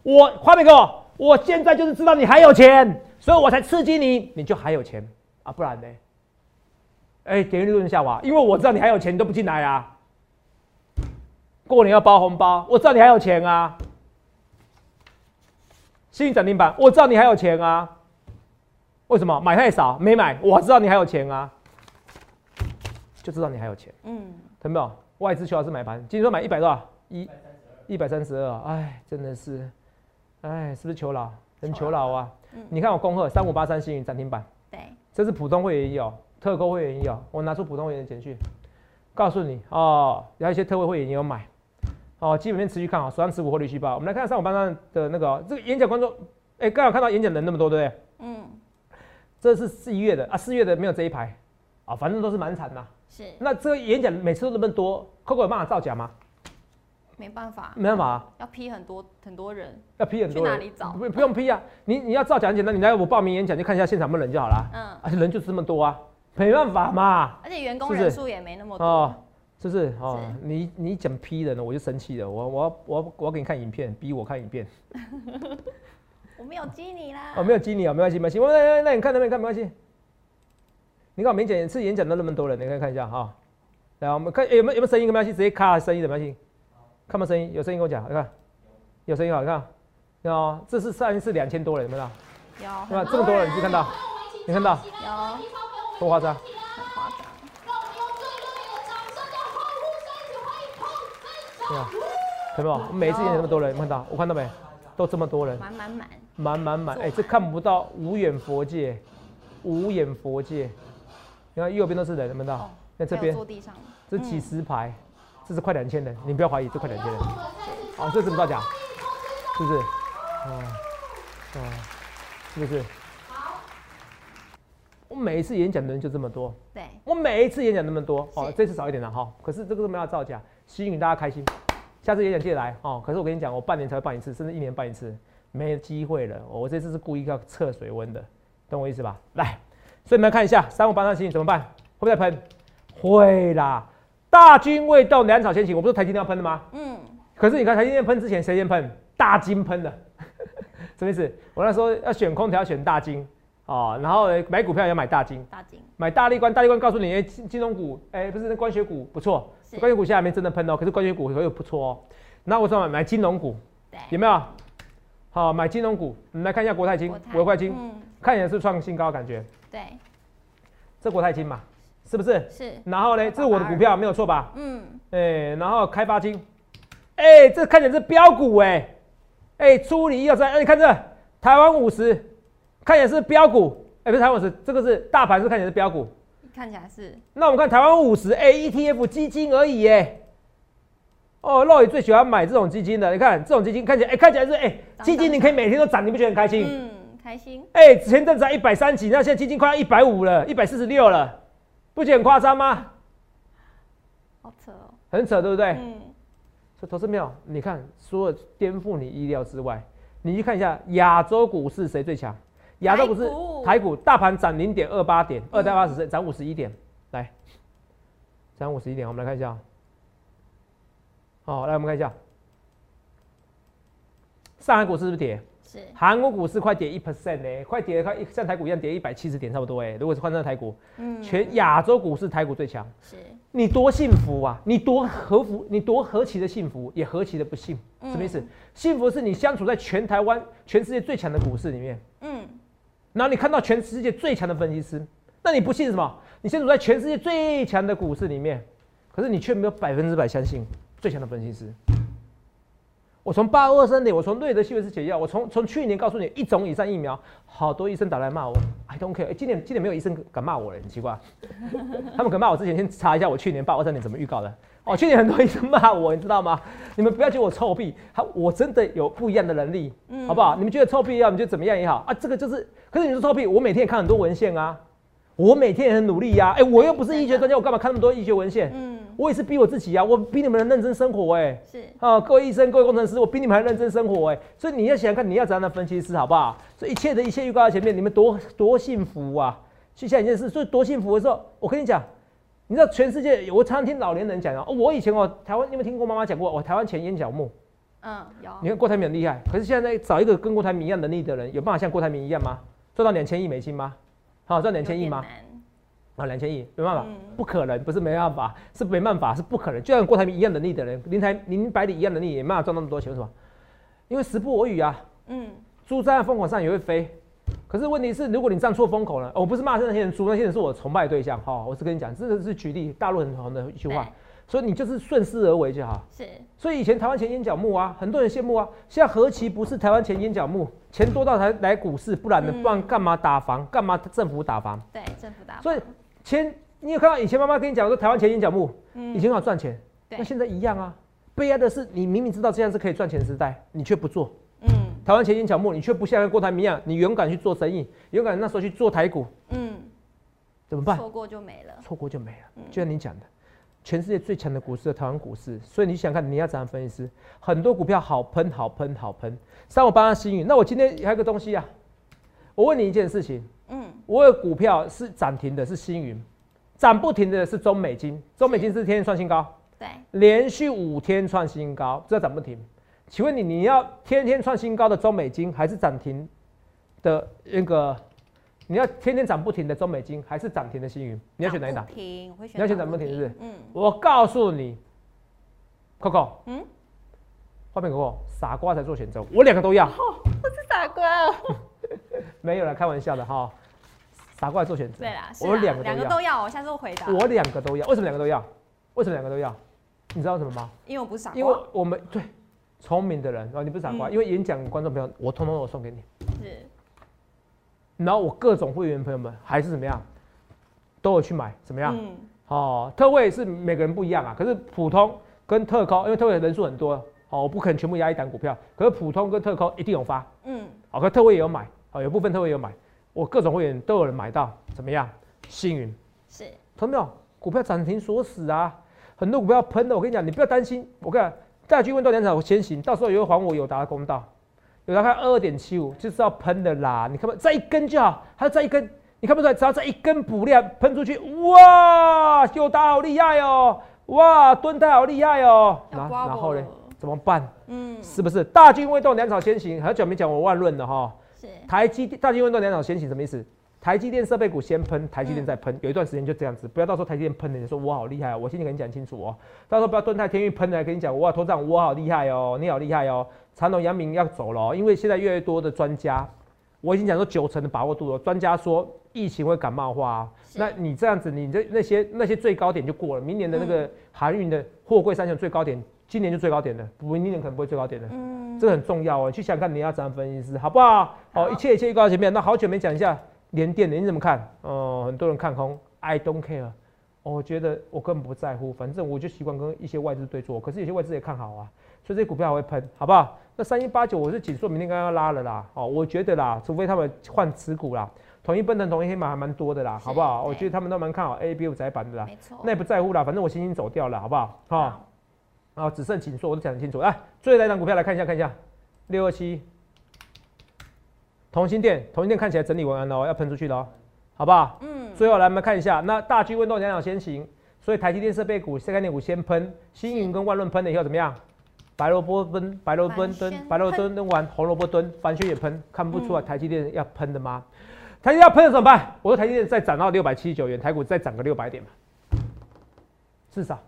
[SPEAKER 2] 我画面给我，我现在就是知道你还有钱，所以我才刺激你，你就还有钱啊，不然呢？哎，点击率为什么下滑？因为我知道你还有钱，你都不进来啊。过年要包红包，我知道你还有钱啊。幸运涨停板，我知道你还有钱啊。为什么买太少没买？我知道你还有钱啊，就知道你还有钱，
[SPEAKER 1] 嗯，
[SPEAKER 2] 懂没有？外资求老师买盘，今天说买一百多少？一一百三十二，哎，真的是，哎，是不是求老？很求老啊！
[SPEAKER 1] 嗯
[SPEAKER 2] 你看我恭贺三五八三幸运涨停板。
[SPEAKER 1] 对，
[SPEAKER 2] 这是普通会员也有，特购会员也有。我拿出普通会员的简讯，告诉你哦，然后一些特惠会员也有买。哦，基本面持续看好，手上持股获利续报。我们来看上午班上的那个哦、这个演讲观众，哎，刚好看到演讲人那么多，对不对？
[SPEAKER 1] 嗯，
[SPEAKER 2] 这是四月的啊，四月的没有这一排啊、反正都是蛮惨的。
[SPEAKER 1] 是
[SPEAKER 2] 那这个演讲每次都那么多，Coco 有办法造假吗？
[SPEAKER 1] 没办法，
[SPEAKER 2] 没办法、啊，
[SPEAKER 1] 要批很多很多人，
[SPEAKER 2] 要批很多
[SPEAKER 1] 去
[SPEAKER 2] 人。
[SPEAKER 1] 哪里找
[SPEAKER 2] 不不用批啊，你你要造假很简单，你来我报名演讲就看一下现场有没有人就好了。
[SPEAKER 1] 嗯，
[SPEAKER 2] 而且人就这么多啊，没办法嘛。
[SPEAKER 1] 而且员工
[SPEAKER 2] 是不是
[SPEAKER 1] 人数也没那么多，
[SPEAKER 2] 哦，就是哦
[SPEAKER 1] 是，
[SPEAKER 2] 你你讲批人了，我就生气了，我我要我要我要给你看影片，逼我看影片，
[SPEAKER 1] 我没有激你啦，
[SPEAKER 2] 哦，没有激你啊，没关系，没关系，我那那你看那边看没关系，你看我们演讲是演讲到那么多人，你可以看一下哈、来我们看、诶哎有没有有没有声音，没关系，直接咔声音的没关系，看没有声音，有声音跟我讲，你看，有声音啊好，你看，看哦，这是上一次两千多人，有没有看
[SPEAKER 1] 有
[SPEAKER 2] 到？有
[SPEAKER 1] 很
[SPEAKER 2] 没有这么多人，你去看到，你看到
[SPEAKER 1] 有
[SPEAKER 2] 多夸张？
[SPEAKER 1] 很夸张，
[SPEAKER 2] 对啊，有没有？我每一次演讲那么多人，你看到？我看到没？都这么多人。
[SPEAKER 1] 满满满，
[SPEAKER 2] 满满满，
[SPEAKER 1] 做
[SPEAKER 2] 哎、
[SPEAKER 1] 满
[SPEAKER 2] 这看不到无眼佛界，无眼佛界，你看右边都是人，有没有看到？
[SPEAKER 1] 哦
[SPEAKER 2] 那这
[SPEAKER 1] 还有嗯
[SPEAKER 2] 边
[SPEAKER 1] 坐地上，
[SPEAKER 2] 这几十排，这是快两千人，你不要怀疑，这快两千人。哦，这怎么造假？是不是？哦，哦，是不是？我每一次演讲的人就这么多，
[SPEAKER 1] 对，
[SPEAKER 2] 我每一次演讲那么多，哦
[SPEAKER 1] 是，
[SPEAKER 2] 这次少一点了哈。可是这个都没有造假，吸引大家开心。下次演讲记得来哦。可是我跟你讲，我半年才会办一次，甚至一年办一次，没机会了。哦我这次是故意要测水温的，懂我意思吧？来，所以你们看一下三五八三七怎么办？会不会再喷？会啦，大军未动，粮草先行。我不是说台积电要喷的吗？
[SPEAKER 1] 嗯，
[SPEAKER 2] 可是你看台积电喷之前，谁先喷？大金喷的， <laughs> 什么意思？我那时候要选空调，要选大金哦，然后呢买股票也要买大金，
[SPEAKER 1] 大金
[SPEAKER 2] 买大力关，大力关告诉你，哎、金金融股，哎、不是那光学股不错，
[SPEAKER 1] 是
[SPEAKER 2] 光学股现在还没真的喷哦，可是光学股又不错哦。那我想买买金融股，有
[SPEAKER 1] 对，
[SPEAKER 2] 没有？好、买金融股，我们来看一下国泰金
[SPEAKER 1] 国，泰
[SPEAKER 2] 国泰金，
[SPEAKER 1] 嗯，
[SPEAKER 2] 看起来是创新高，感觉
[SPEAKER 1] 对，
[SPEAKER 2] 这国泰金嘛，是不是？
[SPEAKER 1] 是，
[SPEAKER 2] 然后呢，这是我的股票没有错吧？
[SPEAKER 1] 嗯，
[SPEAKER 2] 哎、然后开发金，哎、这看起来是标股哎、哎、出离一二三，哎，你看这台湾五十，看起来是标股，哎、不是台湾五十，这个是大盘是看起来是标股。
[SPEAKER 1] 看起来是
[SPEAKER 2] 那我们看台湾五十，哎，ETF 基金而已哎、哦，肉爷最喜欢买这种基金的，你看这种基金看起来，哎、看起来是哎、
[SPEAKER 1] 涨
[SPEAKER 2] 基金你可以每天都涨，你不觉得很开心？
[SPEAKER 1] 嗯，开心，
[SPEAKER 2] 哎、前阵子才一百三几，那现在基金快要一百五了，一百四十六了，不觉得很夸张吗？
[SPEAKER 1] 好扯哦，
[SPEAKER 2] 很扯，对不对？
[SPEAKER 1] 嗯，
[SPEAKER 2] 所以投资没有，你看，所有颠覆你意料之外。你去看一下亚洲股市谁最强？亚洲股市
[SPEAKER 1] 台股嗯
[SPEAKER 2] 台股大盘涨零点二八点，二代八十涨五十一点，来，涨五十一点，我们来看一下哦。好、来我们看一下，哦上海股市是不是跌？
[SPEAKER 1] 是，
[SPEAKER 2] 韩国股市快跌一 percent 呢，快跌快像台股一样跌一百七十点差不多哎。如果是换算台股，
[SPEAKER 1] 嗯，
[SPEAKER 2] 全亚洲股市台股最强。
[SPEAKER 1] 是，
[SPEAKER 2] 你多幸福啊！你多和福，你多何其的幸福，也何其的不幸。
[SPEAKER 1] 嗯
[SPEAKER 2] 什么意思？幸福是你相处在全台湾、全世界最强的股市里面，
[SPEAKER 1] 嗯，
[SPEAKER 2] 然后你看到全世界最强的分析师。那你不信是什么？你身处在全世界最强的股市里面，可是你却没有百分之百相信最强的分析师。我从八二三点，我从瑞德西韦斯解药，啊我从从去年告诉你一种以上疫苗，好多医生打来骂我，I don't care、诶今年今年没有医生敢骂我了，很奇怪。他们敢骂我之前，先查一下我去年八二三点怎么预告的。哦，去年很多医生骂我，你知道吗？你们不要觉得我臭屁，他我真的有不一样的能力，
[SPEAKER 1] 嗯
[SPEAKER 2] 好不好？你们觉得臭屁也好，你们觉得怎么样也好啊，这个就是。可是你说臭屁，我每天也看很多文献啊，我每天也很努力呀、啊。哎、我又不是医学专家，我干嘛看那么多医学文献？
[SPEAKER 1] 嗯，
[SPEAKER 2] 我也是逼我自己呀、啊，我比你们认真生活哎、
[SPEAKER 1] 是，
[SPEAKER 2] 啊，各位医生、各位工程师，我比你们还认真生活哎、所以你要想想看，你要怎样的分析师好不好？所以一切的一切预告在前面，你们多多幸福啊！去想一件事，所以多幸福的时候，我跟你讲，你知道全世界，我常常听老年人讲啊，哦我以前哦，台湾你有没有听过妈妈讲过，哦我台湾前眼角膜，
[SPEAKER 1] 嗯，有
[SPEAKER 2] 你，看郭台铭很厉害，可是现在找一个跟郭台铭一样能力的人，有办法像郭台铭一样吗？做到两千亿美金吗？好、赚两千亿吗
[SPEAKER 1] 有？点难？
[SPEAKER 2] 啊，两千亿没办法，
[SPEAKER 1] 嗯
[SPEAKER 2] 不可能，不是没办法，是没办法，是不可能。就像郭台铭一样能力的人，林台林百里一样能力，也没办法赚那么多钱，为什么？因为时不我与啊，
[SPEAKER 1] 嗯，
[SPEAKER 2] 猪站在风口上也会飞。可是问题是，如果你站错风口了，哦我不是骂那些人猪，那些人是我崇拜对象哈、我是跟你讲，这个是举例，大陆很红的一句话
[SPEAKER 1] 对，
[SPEAKER 2] 所以你就是顺势而为就好。
[SPEAKER 1] 是，
[SPEAKER 2] 所以以前台湾前眼角目啊，很多人羡慕啊。现在何其不是台湾前眼角目，钱多到才来股市，不然呢？
[SPEAKER 1] 嗯
[SPEAKER 2] 不然干嘛打房？干嘛政府打房？
[SPEAKER 1] 对，政府打，
[SPEAKER 2] 所以前你有看到以前妈妈跟你讲说台湾前眼角目
[SPEAKER 1] 嗯
[SPEAKER 2] 以前很好赚钱，
[SPEAKER 1] 对
[SPEAKER 2] 那现在一样啊。悲哀的是，你明明知道这样是可以赚钱的时代，你却不做。
[SPEAKER 1] 嗯
[SPEAKER 2] 台湾前眼角目，你却不像郭台铭一样，你勇敢去做生意，勇敢那时候去做台股，
[SPEAKER 1] 嗯，
[SPEAKER 2] 怎么办？
[SPEAKER 1] 错过就没了，
[SPEAKER 2] 错过就没了
[SPEAKER 1] 嗯。
[SPEAKER 2] 就像你讲的，全世界最强的股市的台湾股市，所以你想看你要怎样分析师？很多股票好喷，好喷，好喷。三五八八新宇，那我今天还有一个东西啊，我问你一件事情，
[SPEAKER 1] 嗯，
[SPEAKER 2] 我有股票是涨停的，是星云；涨不停的是中美金，中美金是天天创新高，
[SPEAKER 1] 对，
[SPEAKER 2] 连续五天创新高，这涨不停。请问你，你要天天创新高的中美金，还是涨停的那个？你要天天涨不停的中美金，还是涨停的星云？你要选哪一档
[SPEAKER 1] 涨？不停，我会选，
[SPEAKER 2] 你要选涨不停是不是？
[SPEAKER 1] 嗯
[SPEAKER 2] 我告诉你，Coco，
[SPEAKER 1] 嗯，
[SPEAKER 2] 画面 Coco，傻瓜才做选择，我两个都要，
[SPEAKER 1] 是 <laughs> 傻瓜哦。
[SPEAKER 2] 没有啦，开玩笑的哈，傻瓜才做选择，
[SPEAKER 1] 对啊啦，是
[SPEAKER 2] 我
[SPEAKER 1] 啦
[SPEAKER 2] 两个
[SPEAKER 1] 两
[SPEAKER 2] 都
[SPEAKER 1] 个
[SPEAKER 2] 要，
[SPEAKER 1] 都要，我下次会回答。
[SPEAKER 2] 我两个都要，为什么两个都要？为什么两个都要？你知道为什么吗？
[SPEAKER 1] 因为我不是傻瓜，
[SPEAKER 2] 因为我们对聪明的人，啊，你不是傻瓜，
[SPEAKER 1] 嗯
[SPEAKER 2] 因为演讲观众朋友，我通通我送给你，
[SPEAKER 1] 是
[SPEAKER 2] 然后我各种会员朋友们还是怎么样，都有去买，怎么样？
[SPEAKER 1] 嗯
[SPEAKER 2] 哦，特惠是每个人不一样啊，可是普通跟特高，因为特惠人数很多，哦，我不可能全部压一档股票，可是普通跟特高一定有发，
[SPEAKER 1] 嗯
[SPEAKER 2] 哦，可特惠也有买，哦，有部分特惠也有买，我各种会员都有人买到，怎么样？幸运，
[SPEAKER 1] 是
[SPEAKER 2] 同没有？股票涨停锁死啊，很多股票喷的，我跟你讲，你不要担心，我跟你讲，再去问多点厂先行，到时候也会还我友达的公道。友达看二二点七五就是要喷的啦，你看不再一根就好，还有再一根，你看不出来，只要再一根补量喷出去，哇，友达好厉害哦，哇，敦泰好厉害哦，
[SPEAKER 1] 要
[SPEAKER 2] 然
[SPEAKER 1] 刮我
[SPEAKER 2] 然后呢
[SPEAKER 1] 了，
[SPEAKER 2] 怎么办？
[SPEAKER 1] 嗯，
[SPEAKER 2] 是不是大军未动，粮草先行？很久没讲我万润了哈。
[SPEAKER 1] 是
[SPEAKER 2] 台积电大军未动，粮草先行什么意思？台积电设备股先喷，台积电再喷，有一段时间就这样子，不要到时候台积电喷了，你说我好厉害、哦，我先跟你讲清楚哦。到时候不要蹲泰天域喷了，跟你讲哇，头长我好厉害哦，你好厉害哦。长隆、阳明要走了哦、因为现在越来越多的专家，我已经讲说九成的把握度了。专家说疫情会感冒化、啊，
[SPEAKER 1] 是
[SPEAKER 2] 那你这样子，你这那些那些最高点就过了，明年的那
[SPEAKER 1] 嗯
[SPEAKER 2] 个航运的货柜三雄最高点，今年就最高点了，不明年可能不会最高点了。
[SPEAKER 1] 嗯，
[SPEAKER 2] 这个很重要哦，你去想看你要怎样分析师，好不好？
[SPEAKER 1] 好
[SPEAKER 2] 好，一切一切预告到前面。那好久没讲一下联电了，你怎么看？哦、很多人看空，I don't care，、哦我觉得我根本不在乎，反正我就习惯跟一些外资对坐。可是有些外资也看好啊，所以这些股票还会喷，好不好？那三一八九我是紧缩，明天刚刚要拉了啦。哦，我觉得啦，除非他们换持股啦，统一奔腾、统一黑马还蛮多的啦，
[SPEAKER 1] 是
[SPEAKER 2] 好不好？
[SPEAKER 1] 对
[SPEAKER 2] 我觉得他们都蛮看好 A B 五窄板的啦，
[SPEAKER 1] 没错，
[SPEAKER 2] 啊那也不在乎啦，反正我星星走掉了，好不好？好、
[SPEAKER 1] 好
[SPEAKER 2] 啊，只剩紧缩，我都讲得清楚。来，最后那档股票来看一下，看一下六二七，同心店，同心店看起来整理完了哦，要喷出去了哦，好不好？
[SPEAKER 1] 嗯，
[SPEAKER 2] 最后来我们看一下，那大巨温动两两先行，所以台积电设备股、概念股先喷，星云跟万润喷了以后怎么样？白萝卜蹲，白萝卜
[SPEAKER 1] 反
[SPEAKER 2] 蹲
[SPEAKER 1] 宣，
[SPEAKER 2] 白萝卜
[SPEAKER 1] 喷
[SPEAKER 2] 蹲蹲完，红萝卜蹲，凡轩也喷，看不出来台积电要喷的吗？台积电要喷的怎么办？我说台积电再涨到六百七十九元，台股再涨个六百点嘛，至少，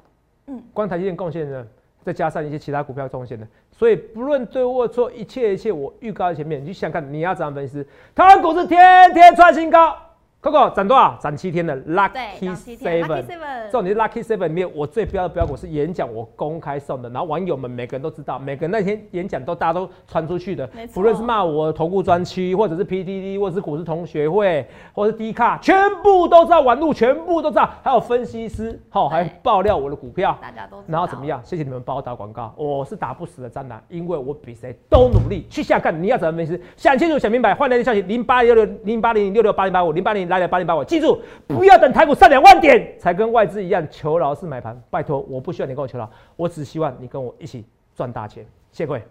[SPEAKER 1] 嗯
[SPEAKER 2] 嗯，光台积电贡献呢，再加上一些其他股票贡献的，所以不论对或错，一切一切我预告在前面，你去想看你要怎样分析。台湾股市天天创新高，Coco 涨多少？涨七天的
[SPEAKER 1] 对，
[SPEAKER 2] Lucky
[SPEAKER 1] 涨七天
[SPEAKER 2] Seven
[SPEAKER 1] ，Lucky。Seven，
[SPEAKER 2] 重点是 Lucky Seven 里面，我最标的标股是演讲，我公开送的，然后网友们每个人都知道，每个人那天演讲都大家都传出去的
[SPEAKER 1] 没，错
[SPEAKER 2] 不论是骂我投顾专区，或者是 PDD，或者是股市同学会，或者是 D 卡，全部都知道，网路全部都知道，还有分析师，好、还
[SPEAKER 1] 对
[SPEAKER 2] 爆料我的股票，
[SPEAKER 1] 大家都知道
[SPEAKER 2] 然后怎么？样？谢谢你们帮我打广告，我是打不死的蟑螂，因为我比谁都努力。去下干，你要怎么分析？想清楚，想明白，换来的消息零八六六零八零六六八零八五零八零来来八零八五，记住不要等台股上两万点才跟外资一样求饶式买盘，拜托，我不需要你跟我求饶，我只希望你跟我一起赚大钱。谢谢各位。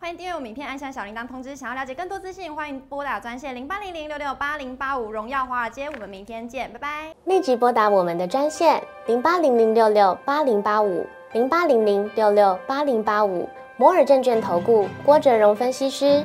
[SPEAKER 1] 欢迎订阅我们影片，按下小铃铛通知。想要了解更多资讯，欢迎拨打专线零八零零六六八零八五，荣耀华尔街。我们明天见，拜拜。
[SPEAKER 3] 立即拨打我们的专线零八零零六六八零八五零八零零六六八零八五摩尔证券投顾郭哲荣分析师。